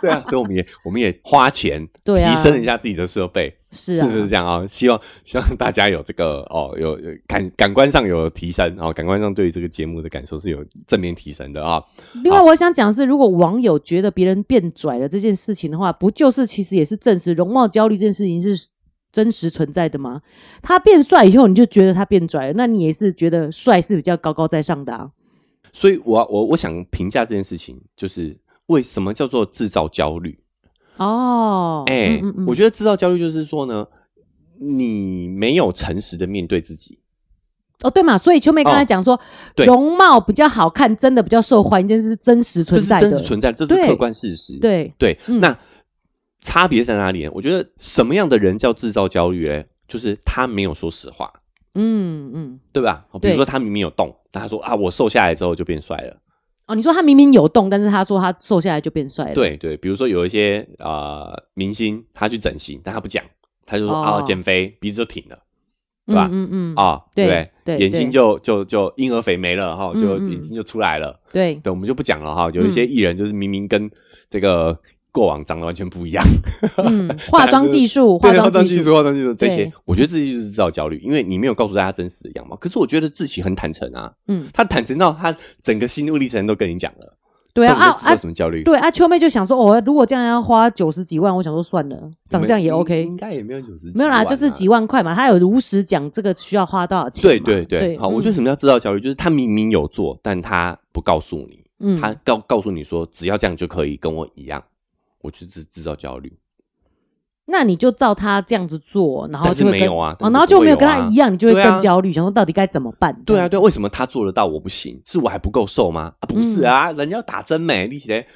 A: 对啊，所以我们也我们也花钱
B: 对啊
A: 提升了一下自己的设备，
B: 是啊
A: 是，不是这样啊？希望希望大家有这个哦，有有感感官上有提升哦，感官上对于这个节目的感受是有正面提升的啊、
B: 另外，我想讲的是，如果网友觉得别人变拽了这件事情的话，不就是其实也是证实容貌焦虑这件事情是真实存在的吗？他变帅以后，你就觉得他变拽了，那你也是觉得帅是比较高高在上的啊？
A: 所以我我我想评价这件事情，就是为什么叫做制造焦虑？
B: 哦，
A: 哎、
B: 嗯嗯
A: 我觉得制造焦虑就是说呢，你没有诚实的面对自己。
B: 哦，对嘛，所以秋妹刚才讲说，
A: 对
B: 容貌比较好看，真的比较受欢迎，这是真实
A: 这
B: 存
A: 是
B: 在
A: 真
B: 的，
A: 实存在的，这
B: 对
A: 是客观事实。
B: 对，
A: 对
B: 嗯
A: 那差别在哪里呢？我觉得什么样的人叫制造焦虑嘞？就是他没有说实话，
B: 嗯嗯。
A: 对吧？哦比
B: 对
A: 如说他明明有动，但他说啊，我瘦下来之后就变帅了。
B: 哦，你说他明明有动，但是他说他瘦下来就变帅了。，
A: 对对，比如说有一些呃明星，他去整形，但他不讲，他就说、
B: 哦
A: 啊减肥，鼻子就挺了，对吧？
B: 嗯嗯嗯，
A: 啊，
B: 对
A: 不对
B: 对
A: 眼
B: 对
A: 睛就就就婴儿肥没了哈，
B: 嗯
A: 就
B: 嗯
A: 眼睛就出来了。
B: 对，
A: 对，我们就不讲了哈。有一些艺人就是明明跟这个过往长得完全不一样，
B: 嗯， 化妆技术，
A: 对，
B: 妆
A: 化
B: 技
A: 技
B: 术，
A: 术、化妆技术这些
B: 对，
A: 我觉得这些就是制造焦虑，因为你没有告诉大家真实的样貌。可是我觉得志奇很坦诚啊，
B: 嗯，
A: 他坦诚到他整个心路历程都跟你讲了，
B: 对啊
A: 到底在
B: 啊
A: 制
B: 啊
A: 造，什么焦虑？
B: 对啊，秋妹就想说，哦，如果这样要花九十几万，我想说算了，
A: 你们
B: 长这样也
A: 应
B: OK，
A: 应该也没嗯有九十，啊
B: 没有啦，就是几。万块嘛，他有如实讲这个需要花多少钱
A: 对
B: 嘛。嗯
A: 对对，好，我觉得什么叫制造焦虑，就是他明明有做，但他不告诉你，
B: 嗯
A: 他告告诉你说，只要这样就可以跟我一样，我去制制造焦虑。
B: 嗯那你就照他这样子做，然后
A: 但是
B: 就会跟
A: 没有啊
B: 哦
A: 但是
B: 然后就没有跟他
A: 不会有啊
B: 一样，你就会
A: 对啊
B: 更焦虑，想说到底该怎么办？
A: 对啊，对啊，为什么他做得到我不行？是我还不够瘦吗？
B: 嗯
A: 啊，不是啊，人家要打针没力气嘞。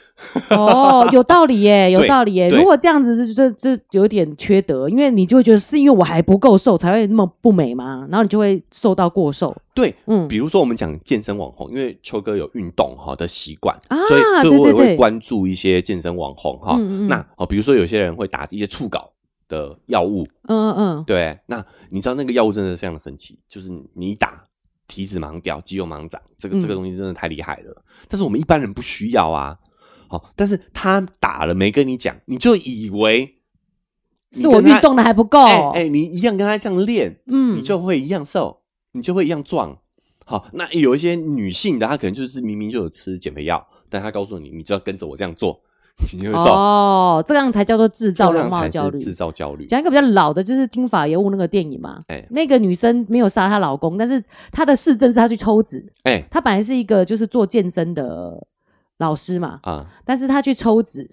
B: 哦，有道 理耶，有
A: 对
B: 道理耶。
A: 对
B: 如果这样子，这这这有点缺德，因为你就会觉得是因为我还不够瘦才会那么不美嘛，然后你就会瘦到过瘦。
A: 对，
B: 嗯
A: 比如说我们讲健身网红，因为秋哥有运动哈的习惯，
B: 啊
A: 所以所
B: 对
A: 以我也
B: 对对
A: 会关注一些健身网红哈。
B: 嗯嗯嗯
A: 那哦，比如说有些人会打一些促睾的药物，
B: 嗯嗯
A: 对，那你知道那个药物真的非常的神奇，就是你一打体脂盲掉，肌肉盲长，这个
B: 嗯
A: 这个东西真的太厉害了。但是我们一般人不需要啊。好、但是他打了没跟你讲，你就以为
B: 嗯，是我运动的还不够。
A: 哎哎、你一样跟他这样练，
B: 嗯，
A: 你就会一样瘦，你就会一样壮。好，那有一些女性的，她可能就是明明就有吃减肥药，但她告诉你，你就要跟着我这样做，你就会瘦。
B: 哦，这样才叫做制
A: 这
B: 造容
A: 样
B: 貌
A: 才
B: 焦
A: 是
B: 虑。
A: 制造焦虑。
B: 讲一个比较老的，就是《金发尤物》那个电影嘛。
A: 哎
B: 那个女生没有杀她老公，但是她的市政是她去抽脂。
A: 哎、
B: 她本来是一个就是做健身的老师嘛，
A: 啊，
B: 但是她去抽脂，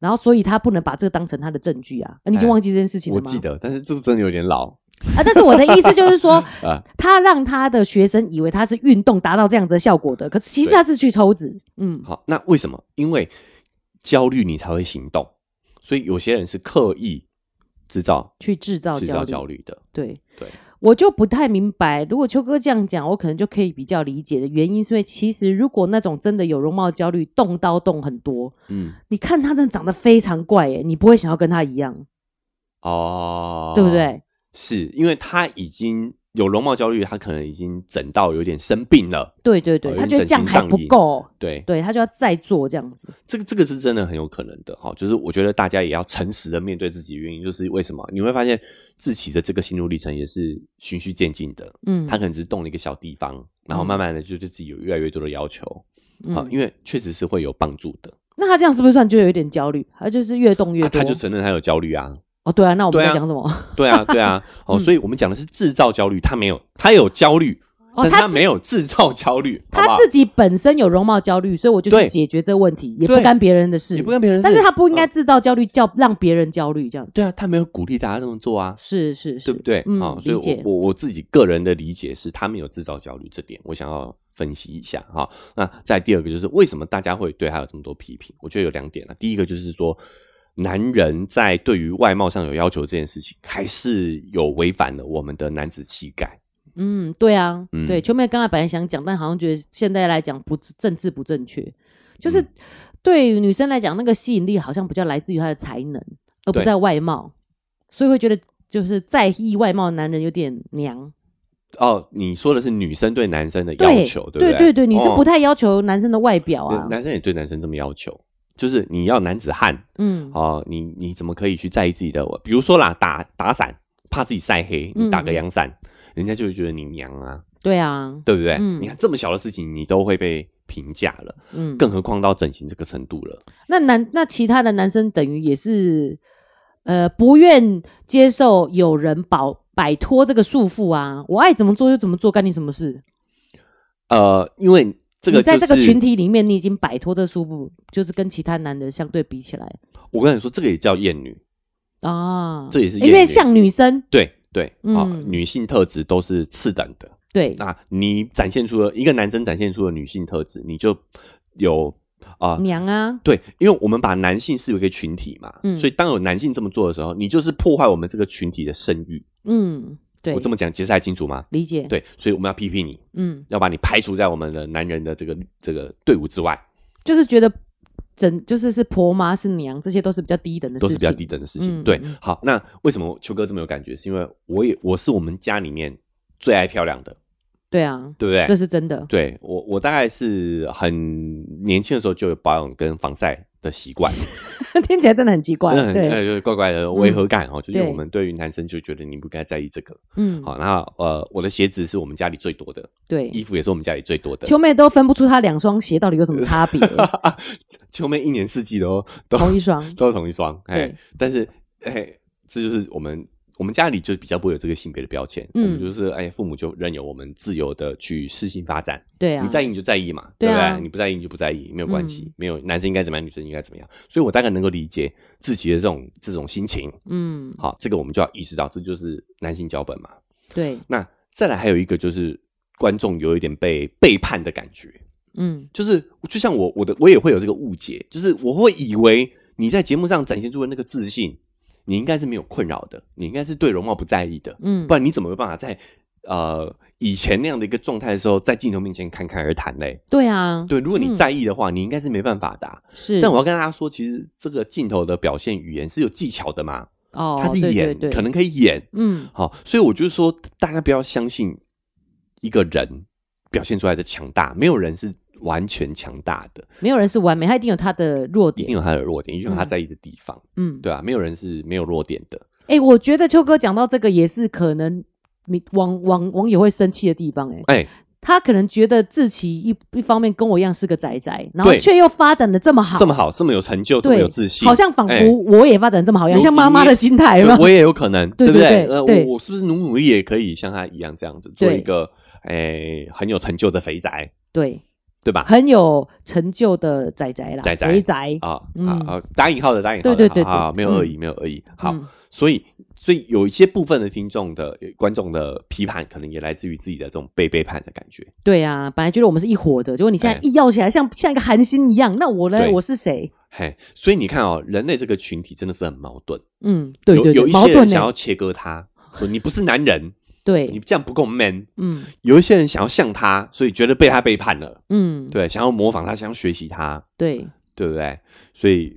B: 然后所以她不能把这个当成她的证据啊。呃你已经
A: 哎
B: 忘记这件事情
A: 我
B: 了吗？
A: 记得，但是这个真的有点老。
B: 啊，但是我的意思就是说
A: 啊，
B: 她让她的学生以为她是运动达到这样子的效果的，可是其实
A: 对
B: 她是去抽脂。嗯，
A: 好，那为什么？因为焦虑你才会行动，所以有些人是刻意制造
B: 去制造
A: 制
B: 焦
A: 造
B: 虑。
A: 焦虑的。
B: 对
A: 对，
B: 我就不太明白，如果秋哥这样讲，我可能就可以比较理解的原因，是因为其实如果那种真的有容貌焦虑，动刀动很多，
A: 嗯，
B: 你看他真的长得非常怪耶，你不会想要跟他一样，
A: 哦，
B: 对不？对？
A: 是因为他已经有容貌焦虑，他可能已经整到有点生病了。
B: 对对对，
A: 哦
B: 他觉得这样还
A: 有点
B: 不
A: 整形
B: 够，
A: 对，
B: 对他就要再做这样子。
A: 这个这个是真的很有可能的哈、就是我觉得大家也要诚实的面对自己，原因就是为什么你会发现志奇的这个心路历程也是循序渐进的，
B: 嗯，
A: 他可能哦只是动了一个小地方，然后慢慢的就对自己有越来越多的要求啊、
B: 嗯，
A: 因为确实是会有帮助的。
B: 那他这样是不是算就有点焦虑？他就是越动越
A: 啊
B: 多。
A: 他就承认他有焦虑啊，
B: 哦，对啊，那我们
A: 对啊
B: 在讲什么？ 嗯
A: 对啊，对啊，哦，所以我们讲的是制造焦虑，他没有，他有焦虑，
B: 哦，
A: 但他
B: 他
A: 没有制造焦虑，好不
B: 他
A: 好？
B: 自己本身有容貌焦虑，所以我就去
A: 对
B: 解决这个问题，也
A: 对
B: 不干别人的事
A: 也。不跟别人，嗯
B: 但是他不应该制造焦虑，叫让别人焦虑这样子。
A: 对啊，他没有鼓励大家这么做啊，
B: 是是是，
A: 对不对？
B: 嗯，
A: 啊，所以
B: 理
A: 我
B: 解。
A: 我我自己个人的理解是，他们有制造焦虑这点，我想要分析一下哈、那再第二个就是为什么大家会对他有这么多批评？我觉得有两点啊，第一个就是说。男人在对于外貌上有要求这件事情，还是有违反了我们的男子气概。
B: 嗯，对啊，
A: 嗯
B: 对，秋妹刚才本来想讲，但好像觉得现在来讲不政治不正确，就是
A: 嗯
B: 对于女生来讲，那个吸引力好像比较来自于她的才能，而不
A: 对
B: 在外貌，所以会觉得就是在意外貌的男人有点娘。
A: 哦，你说的是女生对男生的要
B: 对
A: 求，对
B: 对
A: 不
B: 对对，女生
A: 哦
B: 不太要求男生的外表啊，
A: 男生也对男生这么要求，就是你要男子汉
B: 嗯，
A: 哦，你你怎么可以去在意自己的？比如说啦，打打伞，怕自己晒黑，你打个
B: 嗯
A: 阳伞，人家就会觉得你娘啊，
B: 对啊，
A: 对不对？
B: 嗯
A: 你看这么小的事情，你都会被评价了，
B: 嗯，
A: 更何况到整形这个程度了。
B: 那男那其他的男生等于也是，呃，不愿接受有人保摆脱这个束缚啊，我爱怎么做就怎么做，干你什么事？
A: 呃，因为这个、
B: 你
A: 就是、
B: 在这个群，体里面，你已经摆脱这束缚，就是跟其他男人相对比起来
A: 我跟你说，这个也叫厌女，
B: 啊，
A: 这也是厌
B: 因为
A: 女
B: 像女生
A: 对对啊、
B: 嗯
A: 女性特质都是次等的。
B: 对
A: 那你展现出了一个男生展现出了女性特质，你就有啊、
B: 娘啊，
A: 对，因为我们把男性视为一个群体嘛，
B: 嗯
A: 所以当有男性这么做的时候，你就是破坏我们这个群体的声誉。
B: 嗯，对
A: 我，这么讲解释还清楚吗？
B: 理解，，
A: 对，所以我们要批评你，
B: 嗯，
A: 要把你排除在我们的男人的这个这个队伍之外，
B: 就是觉得整就是是婆妈是娘，这些都是比较低等的事
A: 都是
B: 情，
A: 比较低等的事情。
B: 嗯
A: 对
B: 嗯，
A: 好，那为什么秋哥这么有感觉？是因为我也我是我们家里面最爱漂亮的，
B: 对啊，
A: 对不对？
B: 这是真的，
A: 对我，我大概是很年轻的时候就有保养跟防晒的习惯，
B: 听起来真的很奇怪，
A: 真的很
B: 对，嗯
A: 呃就是怪怪的违和感哦，就是
B: 对
A: 我们对于男生就觉得你不该在意这个。
B: 嗯，
A: 好，那呃，我的鞋子是我们家里最多的，
B: 对，
A: 衣服也是我们家里最多的。
B: 秋妹都分不出她两双鞋到底有什么差别，
A: 秋妹一年四季都都
B: 同一双
A: 都是同一双，哎
B: 对，
A: 但是哎，这就是我们我们家里就比较不会有这个性别的标签，
B: 嗯
A: 我们就是哎，父母就任由我们自由的去适性发展，
B: 对啊，
A: 你在意你就在意嘛，
B: 对
A: 对不
B: 啊
A: 对？你不在意你就不在意，没有关系，
B: 嗯
A: 没有男生应该怎么样，女生应该怎么样，所以我大概能够理解自己的这种这种心情。
B: 嗯，
A: 好，这个我们就要意识到，这就是男性脚本嘛。
B: 对，
A: 那再来还有一个就是观众有一点被背叛的感觉，
B: 嗯
A: 就是就像我我的我也会有这个误解，就是我会以为你在节目上展现出的那个自信，你应该是没有困扰的，你应该是对容貌不在意的，
B: 嗯
A: 不，然你怎么有办法在呃以前那样的一个状态的时候，在镜头面前侃侃而谈嘞？
B: 对啊，
A: 对，如果你
B: 嗯
A: 在意的话，你应该是没办法的啊、
B: 是，
A: 但我要跟大家说，其实这个镜头的表现语言是有技巧的嘛，
B: 哦，
A: 它是
B: 对
A: 演，
B: 对对
A: 可能可以演，
B: 嗯
A: 好，所以我就说，大家不要相信一个人表现出来的强大，没有人是完全强大的，
B: 没有人是完美，他一定有他的弱
A: 一定
B: 点。
A: 有他的弱点，一定有他在意的地方，
B: 嗯，
A: 对啊，没有人是没有弱点的，
B: 哎、我觉得秋哥讲到这个也是可能你网网网友会生气的地方、哎，
A: 哎、
B: 他可能觉得志奇一一方面跟我一样是个宅宅，然后
A: 对
B: 却又发展的这么好，
A: 这么好，这么有成就，这么
B: 对
A: 有自信，
B: 好像仿
A: 哎
B: 佛我也发展这么好一样，
A: 有
B: 像妈妈的心态
A: 对
B: 嘛。
A: 我也有可 能，
B: 对
A: 不
B: 对对
A: 呃，
B: 对
A: 我我是不是努努力也可以像他一样这样子，做
B: 对
A: 一个哎、很有成就的肥宅，
B: 对，
A: 对 吧？
B: 很有成就的宅宅啦，
A: 宅宅
B: 肥宅，
A: 啊
B: 嗯
A: 啊啊！打引号的，打引号的，
B: 对对对
A: 好好好
B: 对
A: 没有恶意，没有恶意。好
B: 嗯，
A: 所以所以有一些部分的听众的呃观众的批判，可能也来自于自己的这种被背叛的感觉。
B: 对啊，本来觉得我们是一伙的，结果你现在
A: 哎
B: 一要起来，像像一个韩星一样，那我呢？
A: 对
B: 我是谁？
A: 嘿，所以你看哦，人类这个群体真的是很矛盾，
B: 嗯，对
A: 有
B: 对
A: 有
B: 对，
A: 一
B: 矛
A: 些人
B: 盾
A: 想
B: 呢
A: 要。切割 他，说你不是男人，你
B: 对，
A: 这样不够 man。
B: 嗯
A: 有一些人想要像他，所以觉得被他背叛了，
B: 嗯，
A: 对，想要模仿他，想要学习他，
B: 对，
A: 对不对？所以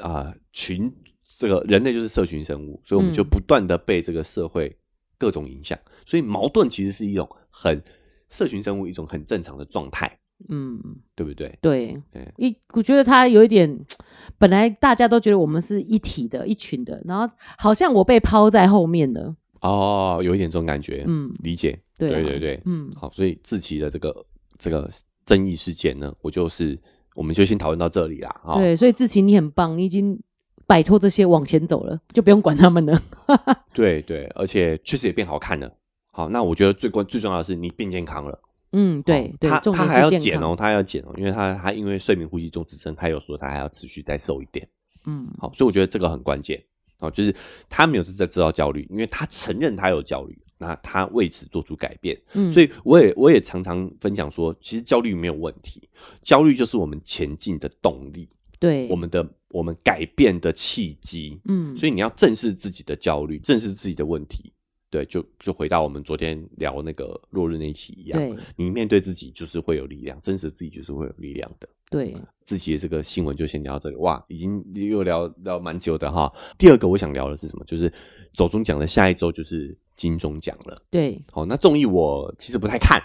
A: 啊、群这个人类就是社群生物，所以我们就
B: 嗯
A: 不断的被这个社会各种影响，所以矛盾其实是一种很社群生物一种很正常的状态，
B: 嗯。
A: 对不对？
B: 对
A: 对，
B: 一我觉得他有一点，本来大家都觉得我们是一体的、一群的，然后好像我被抛在后面了。
A: 哦，有一点这种感觉，
B: 嗯，
A: 理解，
B: 对、啊，
A: 对对对
B: 嗯，
A: 好，所以志奇的这个这个争议事件呢，我就是我们就先讨论到这里啦，哈、
B: 对，所以志奇你很棒，你已经摆脱这些往前走了，就不用管他们了。
A: 对对，而且确实也变好看了。好，那我觉得最关最重要的是你变健康了。
B: 嗯，对
A: 哦
B: 对
A: 他，
B: 重
A: 他还
B: 点是
A: 要
B: 健
A: 减
B: 康。
A: 哦，他要减哦，因为他他因为睡眠呼吸中止症，他有说他还要持续再瘦一点。
B: 嗯
A: 好，所以我觉得这个很关键。好，就是他没有制造制造焦虑，因为他承认他有焦虑，那他为此做出改变。
B: 嗯，
A: 所
B: 以
A: 以我也我也常常分享说，其实焦虑没有问题，焦虑就是我们前进的动力，
B: 对
A: 我们的我们改变的契机。
B: 嗯，
A: 所以你要正视自己的焦虑，正视自己的问题。对，就就回到我们昨天聊那个落日那一期一样，
B: 对
A: 你面对自己就是会有力量，真实自己就是会有力量的。
B: 对
A: 自己的这个新闻就先聊到这里，哇，已经又聊聊蛮久的哈。第二个我想聊的是什么？就是走中奖的下一周就是金钟奖了。
B: 对，
A: 好、那综艺我其实不太看，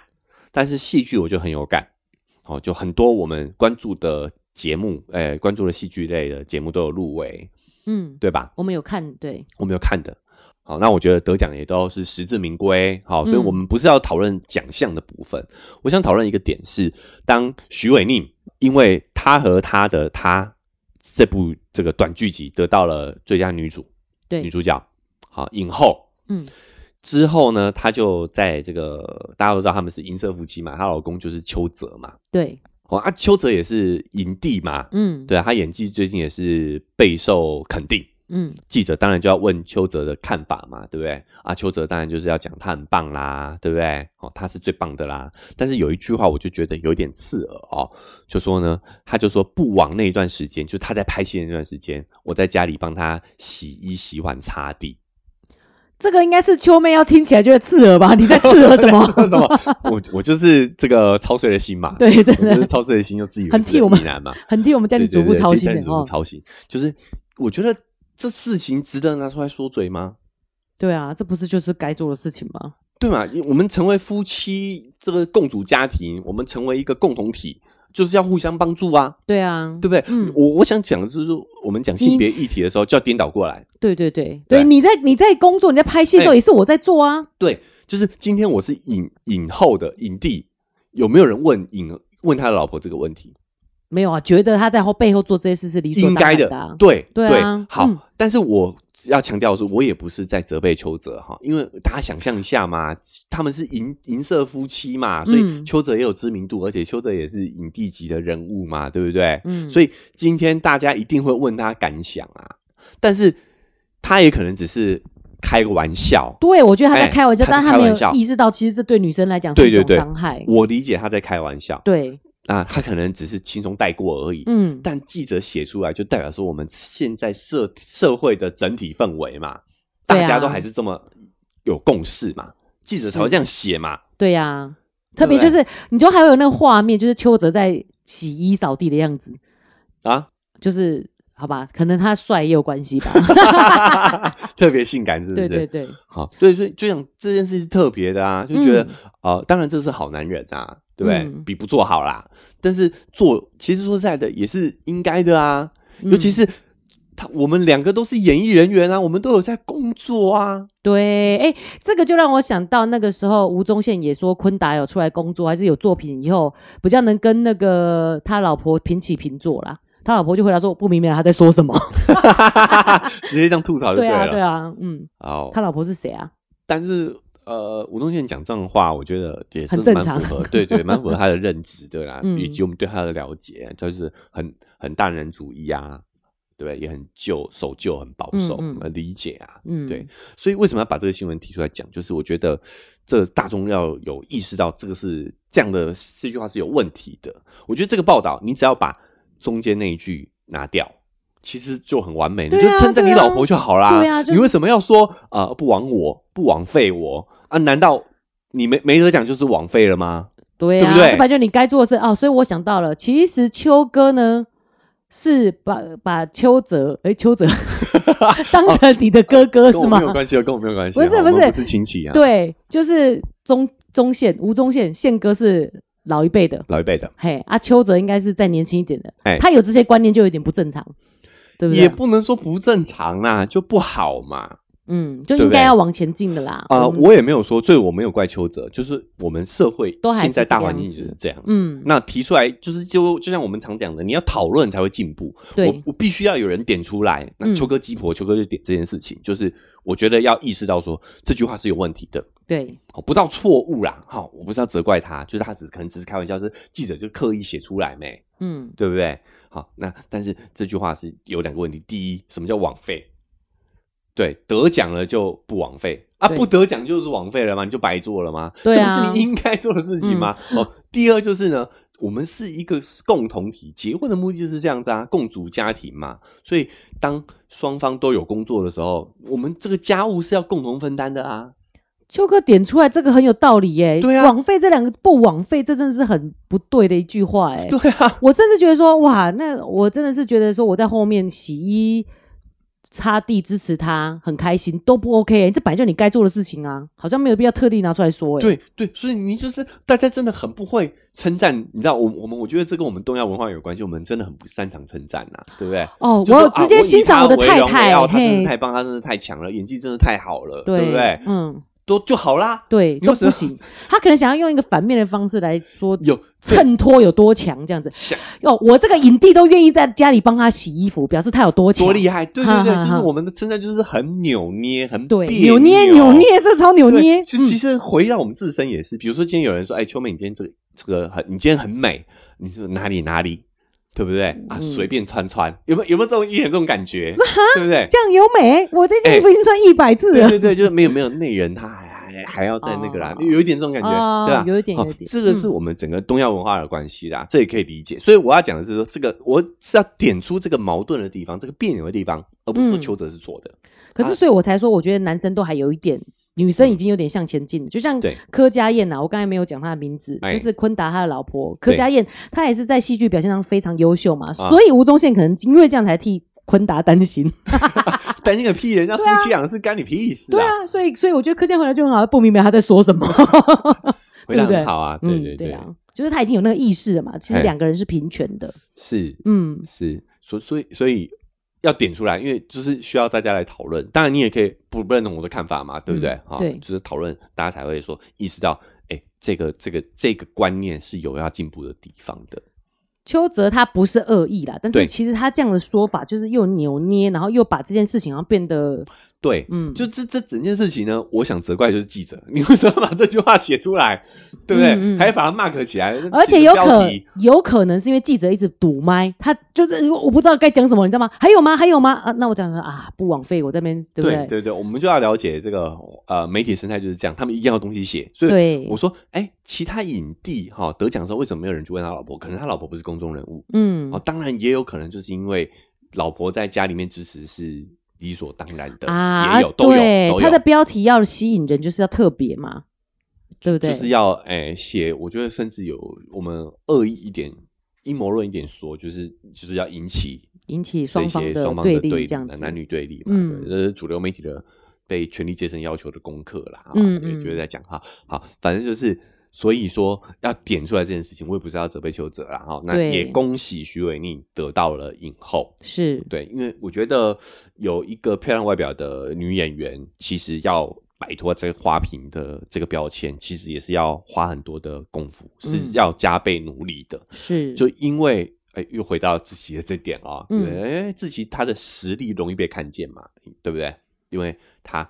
A: 但是戏剧我就很有感。好、就很多我们关注的节目，诶、关注的戏剧类的节目都有入围，
B: 嗯，
A: 对吧？
B: 我们有看，对
A: 我没有看的。好，那我觉得得奖也都是实至名归。好，所以
B: 嗯
A: 我们不是要讨论奖项的部分，我想讨论一个点是，当徐伟宁因为他和他的他这部这个短剧集得到了最佳女主女
B: 对，
A: 主角，好影后
B: 嗯
A: 之后呢，她就在这个大家都知道他们是银色夫妻嘛，她老公就是邱泽嘛，
B: 对，
A: 哦啊，邱泽也是影帝嘛，
B: 嗯
A: 对啊，他演技最近也是备受肯定。
B: 嗯
A: 记者当然就要问邱泽的看法嘛，对不对？啊，邱泽当然就是要讲他很棒啦，对不对？哦，他是最棒的啦。但是有一句话我就觉得有点刺耳哦，就说呢，他就说不枉那一段时间，就是他在拍戏的那段时间，我在家里帮他洗衣、洗碗、擦地。
B: 这个应该是秋妹要听起来觉得刺耳吧？你在刺 耳什
A: 什
B: 么？
A: 么？我我就是这个操碎了心嘛，
B: 对，真
A: 我就是
B: 的
A: 操碎了心，又自己以为
B: 很
A: 是
B: 替我们
A: 意男嘛，
B: 很替我们家庭
A: 对对
B: 主妇
A: 对
B: 操
A: 替
B: 心
A: 家
B: 的
A: 庭主妇
B: 哦。
A: 操心，就是我觉得这事情值得拿出来说嘴吗？
B: 对啊，这不是就是该做的事情吗？
A: 对嘛？因为我们成为夫妻，这个共主家庭，我们成为一个共同体，就是要互相帮助啊，
B: 对啊，
A: 对不对？
B: 嗯
A: 我我想讲的就是说，我们讲性别议题的时候，就要颠倒过来。
B: 对对对
A: 对
B: 对，你在你在工作，你在拍戏的时候
A: 哎
B: 也是我在做啊。
A: 对，就是今天我是影影后的影帝，有没有人问影问他的老婆这个问题？
B: 没有啊，觉得他在后背后做这些事是理所
A: 应
B: 当然
A: 该的，
B: 啊
A: 对
B: 对啊
A: 好。
B: 嗯
A: 但是我要强调的是，我也不是在责备邱泽哈，因为大家想象一下嘛，他们是银银色夫妻嘛，所以
B: 嗯
A: 邱泽也有知名度，而且邱泽也是影帝级的人物嘛，对不对？
B: 嗯
A: 所以今天大家一定会问他感想啊，但是他也可能只是开个玩笑。
B: 对，我觉得他
A: 哎
B: 在开玩笑，
A: 他在
B: 但
A: 开
B: 他没
A: 玩
B: 有
A: 笑
B: 意识到，其实这对女生来讲是
A: 对
B: 一
A: 对
B: 种
A: 对
B: 伤害。
A: 我理解他在开玩笑，
B: 对，
A: 啊，他可能只是轻松带过而已。
B: 嗯，
A: 但记者写出来，就代表说我们现在社社会的整体氛围嘛，
B: 对啊
A: 大家都还是这么有共识嘛，记者才会这样写嘛。
B: 对呀、特别就是你就还有那个画面，就是邱泽在洗衣扫地的样子，
A: 啊，
B: 就是好吧，可能他帅也有关系吧。
A: 特别性感是不
B: 对
A: 是？
B: 对对，
A: 好，对，所以就想这件事是特别的啊，就觉得、
B: 嗯
A: 呃，当然这是好男人啊，对不对？
B: 嗯
A: 比不做好啦，但是做其实说实在的也是应该的啊，尤其
B: 嗯
A: 是他我们两个都是演艺人员啊，我们都有在工作啊，
B: 对，哎，这个就让我想到那个时候吴宗宪也说，昆达有出来工作还是有作品以后，比较能跟那个他老婆平起平坐啦。他老婆就回答说：“我不明白他在 说什么。
A: 直接这样吐槽就
B: 对啊，
A: 了。
B: 对啊，嗯，
A: 哦，
B: 他老婆是谁啊？
A: 但是呃，吴宗宪讲这种话，我觉得也是
B: 很正
A: 蛮
B: 常
A: 符合，对对，蛮符合他的认知的啦，
B: 嗯
A: 以及我们对他的了解，就是很很大男人主义啊，对不对？也很旧守旧，很保守，
B: 嗯嗯
A: 呃理解啊。
B: 嗯，
A: 对，所以为什么要把这个新闻提出来讲？就是我觉得这大众要有意识到，这个是这样的这句话是有问题的。我觉得这个报道，你只要把中间那一句拿掉，其实就很完美，你
B: 对
A: 就
B: 啊
A: 称赞你
B: 对啊
A: 老婆就好啦。
B: 对啊就是
A: 你为什么要说呃不枉我，不枉费我啊？难道你没没得奖就是枉费了吗？
B: 对
A: 对
B: 啊，
A: 不对
B: 这本来就你该做的事哦。所以我想到了，其实秋哥呢是把把邱泽哎 邱泽当成你的哥哥
A: 哦跟
B: 是
A: 我
B: 吗
A: 没？有关系，跟我没有关系，哦
B: 不是
A: 好我们
B: 不是
A: 不是亲戚啊，
B: 对，就是中中宪吴宗宪宪哥是老一辈的，
A: 老一辈的。
B: 嘿啊邱泽应该是再年轻一点的
A: 哎，
B: 他有这些观念就有点不正常，对不啊
A: 也
B: 对？
A: 啊不能说不正常啦、就不好嘛。
B: 嗯，就
A: 对
B: 应
A: 不对
B: 该要往前进的啦。嗯
A: 啊、
B: 们
A: 我也没有说，所以我没有怪邱泽，就是我们社会
B: 都还
A: 现
B: 是
A: 在大
B: 这
A: 环
B: 样
A: 境
B: 子
A: 就是这样子。
B: 嗯，
A: 那提出来就是就就像我们常讲的，你要讨论才会进步。我
B: 对，
A: 我必须要有人点出来。那
B: 嗯
A: 秋哥鸡婆，秋哥就点这件事情，就是我觉得要意识到说这句话是有问题的。
B: 对，
A: 哦，不到错误啦，哈、我不是要责怪他，就是他只可能只是开玩笑，是记者就刻意写出来没，
B: 嗯，
A: 对不对？好，那但是这句话是有两个问题，第一，什么叫枉费？对，得奖了就不枉费啊，
B: 对
A: 不得奖就是枉费了吗？你就白做了吗？
B: 对啊嗯
A: 这不是你应该做的事情吗？哦，第二就是呢，我们是一个共同体，结婚的目的就是这样子啊，共组家庭嘛。所以当双方都有工作的时候，我们这个家务是要共同分担的啊。
B: 秋哥点出来这个很有道理耶、
A: 对啊
B: 枉费这两个不枉费，这真的是很不对的一句话哎、
A: 对啊，
B: 我甚至觉得说，哇，那我真的是觉得说，我在后面洗衣、擦地支持他，很开心，都不 OK，、欸、这本来就你该做的事情啊，好像没有必要特地拿出来说、欸，
A: 对对，所以你就是大家真的很不会称赞，你知道，我我们我觉得这跟我们东亚文化有关系，我们真的很不擅长称赞呐、对不对？
B: 哦，
A: 就
B: 我
A: 说
B: 有
A: 啊
B: 直接
A: 以
B: 欣赏
A: 他
B: 我的
A: 为
B: 太
A: 荣为
B: 太，
A: 傲他真是
B: 嘿，
A: 太棒，他真是太强了，演技真的太好了，对
B: 对
A: 不对？
B: 嗯，
A: 都就好啦，
B: 对，
A: 你
B: 都
A: 为什么
B: 不行。 他可能想要用一个反面的方式来说，
A: 有
B: 衬托有多强这样子。
A: 强
B: 哦，我这个影帝都愿意在家里帮他洗衣服，表示他有多强，
A: 多厉害，对对对，
B: 哈哈
A: 就
B: 哈
A: 是我们的称赞就是很扭捏，很
B: 对，
A: 别
B: 扭捏扭捏，这超扭
A: 对
B: 捏。
A: 其
B: 嗯
A: 实其实回到我们自身也是，比如说今天有人说：“哎，秋妹，你今天这个这个很，你今天很美。”你说哪里哪里，对不对？啊，随便穿穿，有没有有没有这种一点这种感 觉？对不对？
B: 嗯啊这样有美，我这件衣服已经穿一百次
A: 哎对
B: 了。
A: 对对，就是没有没有内人，他还还还要在那个啦，
B: 哦
A: 有一点这种感觉，
B: 哦
A: 对吧？
B: 有一点
A: 好
B: 有一点嗯
A: 这个是我们整个东亚文化的关系啦，这也可以理解。所以我要讲的是说，这个我是要点出这个矛盾的地方，这个别扭的地方，而不是说
B: 嗯
A: 邱泽是错的。
B: 可
A: 啊
B: 是，所以我才说，我觉得男生都还有一点，女生已经有点向前进了。就像
A: 嗯对
B: 柯佳燕呐、啊，我刚才没有讲她的名字，
A: 哎
B: 就是昆达他的老婆柯
A: 对啊
B: 佳燕，她也是在戏剧表现上非常优秀嘛，所以吴宗宪可能因为这样才替昆达担心。
A: 担心个屁，人家夫妻两个是干你屁事
B: 啊对啊，所以所以我觉得柯佳燕回来就很好，不明白她在 说什么。
A: 回答
B: 对不对
A: 很好啊，对
B: 嗯，
A: 对
B: 对
A: 对，
B: 啊，就是她已经有那个意识了嘛。其实
A: 哎
B: 两个人是平权的，
A: 是
B: 嗯，
A: 是，所所以所以要点出来，因为就是需要大家来讨论。当然，你也可以不认同我的看法嘛，对不对？
B: 嗯
A: 哈
B: 对
A: 就是讨论，大家才会说意识到，哎、这个这个这个观念是有要进步的地方的。
B: 邱泽他不是恶意啦，但
A: 对
B: 是其实他这样的说法就是又扭捏，然后又把这件事情好像变得
A: 对，
B: 嗯，
A: 就这这整件事情呢，我想责怪就是记者， 你为什么把这句话写出来，对不对？
B: 嗯嗯
A: 还把它 mark 起来，
B: 而且
A: 起
B: 有
A: 个标
B: 可
A: 题
B: 有可能是因为记者一直堵麦，他就是我不知道该讲什么，你知道吗？还有吗？还有吗？啊，那我讲说啊，不枉费我这边，对不
A: 对
B: 对？
A: 对对，我们就要了解这个呃媒体生态就是这样，他们一样的东西写，所以
B: 对
A: 我说，哎，其他影帝哈、得奖的时候为什么没有人去问他老婆？可能他老婆不是公众人物、
B: 嗯
A: 哦，当然也有可能就是因为老婆在家里面支持是理所当然的
B: 啊
A: 也有，都有
B: 对
A: 都，有
B: 他的标题要吸引人，就是要特别嘛，对不对？
A: 就是要哎写，我觉得甚至有我们恶意一点、阴谋论一点说，就是就是要引起
B: 引起
A: 这
B: 双方
A: 些
B: 的
A: 双方
B: 对
A: 的
B: 立，
A: 对
B: 这样子，
A: 男女对立嘛，
B: 嗯
A: 对这是主流媒体的被权力阶层要求的功课啦。
B: 嗯
A: 也
B: 嗯
A: 觉得在讲哈，好，反正就是。所以说要点出来这件事情，我也不是要责备邱泽啦哈。那
B: 对
A: 也恭喜徐伟宁得到了影后，
B: 是
A: 对，因为我觉得有一个漂亮外表的女演员，其实要摆脱这个花瓶的这个标签，其实也是要花很多的功夫，是
B: 嗯
A: 要加倍努力的。
B: 是，
A: 就因为哎、又回到志奇的这点啊、对
B: 嗯
A: 不对，哎、志奇他的实力容易被看见嘛，对不对？因为他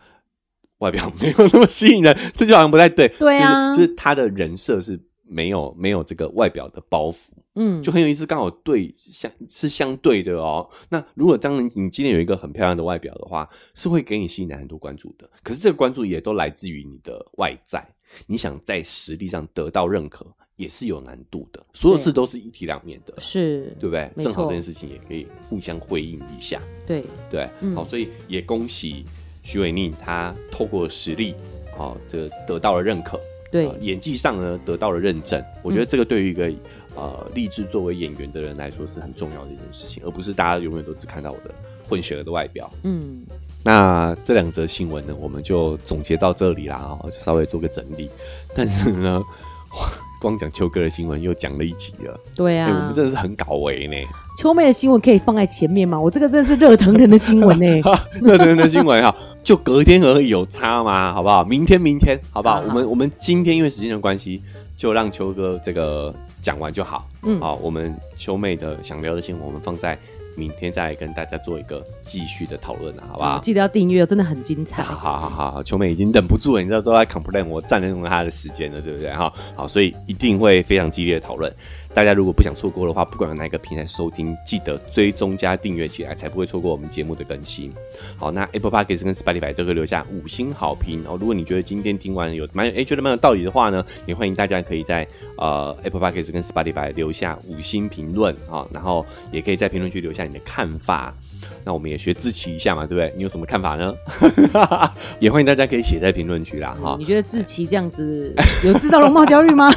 A: 外表 没有那么吸引人，这就好像不太对。
B: 对啊
A: 就是，就是他的人设是没有没有这个外表的包袱，
B: 嗯，
A: 就很有意思，刚好对相是相对的哦。那如果当你你今天有一个很漂亮的外表的话，是会给你吸引来很多关注的。可是这个关注也都来自于你的外在，你想在实力上得到认可，也是有难度的。所有事都是一体两面的，
B: 是，
A: 对不对？
B: 没错
A: 正好这件事情也可以互相辉映一下，
B: 对，
A: 对。
B: 嗯
A: 好，所以也恭喜徐伟宁，他透过实力，好、这个得到了认可。
B: 对嗯
A: 呃，演技上呢得到了认证。我觉得这个对于一个、呃立志作为演员的人来说是很重要的一件事情，而不是大家永远都只看到我的混血儿的外表。
B: 嗯，
A: 那这两则新闻呢，我们就总结到这里啦，哦，就稍微做个整理。但是呢， 光讲秋哥的新闻又讲了一集了，
B: 对
A: 哎、
B: 啊，
A: 我们真的是很搞维呢。
B: 秋妹的新闻可以放在前面吗？我这个真的是热腾腾的新闻呢、
A: 热腾腾的新闻哈，就隔天而已，有差吗？好不好？明天，明天，好不好？
B: 好好
A: 我们我们今天因为时间的关系，就让秋哥这个讲完就好。
B: 嗯
A: 好，我们秋妹的想聊的新闻，我们放在明天再来跟大家做一个继续的讨论啊， 好不好？
B: 记得要订阅哦，真的很精彩。
A: 好好好好好，秋妹已经忍不住了，你知道都在 complain 我占用了她的时间了，对不对？哈，好，所以一定会非常激烈的讨论。大家如果不想错过的话，不管有哪一个平台收听，记得追踪加订阅起来，才不会错过我们节目的更新。好，那 Apple Podcast 跟 Spotify 都可以留下五星好评。然、后，如果你觉得今天听完有蛮有诶觉得蛮有道理的话呢，也欢迎大家可以在呃 Apple Podcast 跟 Spotify 留下五星评论啊、好然后也可以在评论区留下你的看法。那我们也学自奇一下嘛，对不对？你有什么看法呢？ 也欢迎大家可以写在评论区啦，哈、
B: 嗯你觉得志奇这 样子有制造容貌焦虑吗？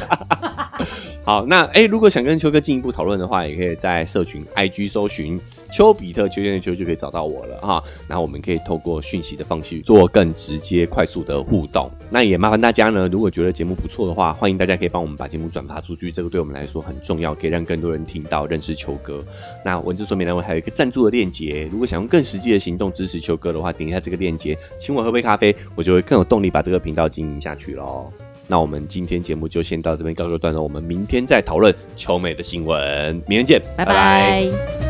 A: 好，那哎、如果想跟秋哥进一步讨论的话，也可以在社群 IG 搜寻丘比特秋天的秋就可以找到我了哈。那我们可以透过讯息的方式做更直接、快速的互动。那也麻烦大家呢，如果觉得节目不错的话，欢迎大家可以帮我们把节目转发出去，这个对我们来说很重要，可以让更多人听到、认识秋哥。那文字说明栏位还有一个赞助的链接，如果想用更实际的行动支持秋哥的话，点一下这个链接，请我喝杯咖啡，我就会更有动力把这个频道经营下去喽。那我们今天节目就先到这边告一个段落，我们明天再讨论球美的新闻，明天见，
B: 拜拜。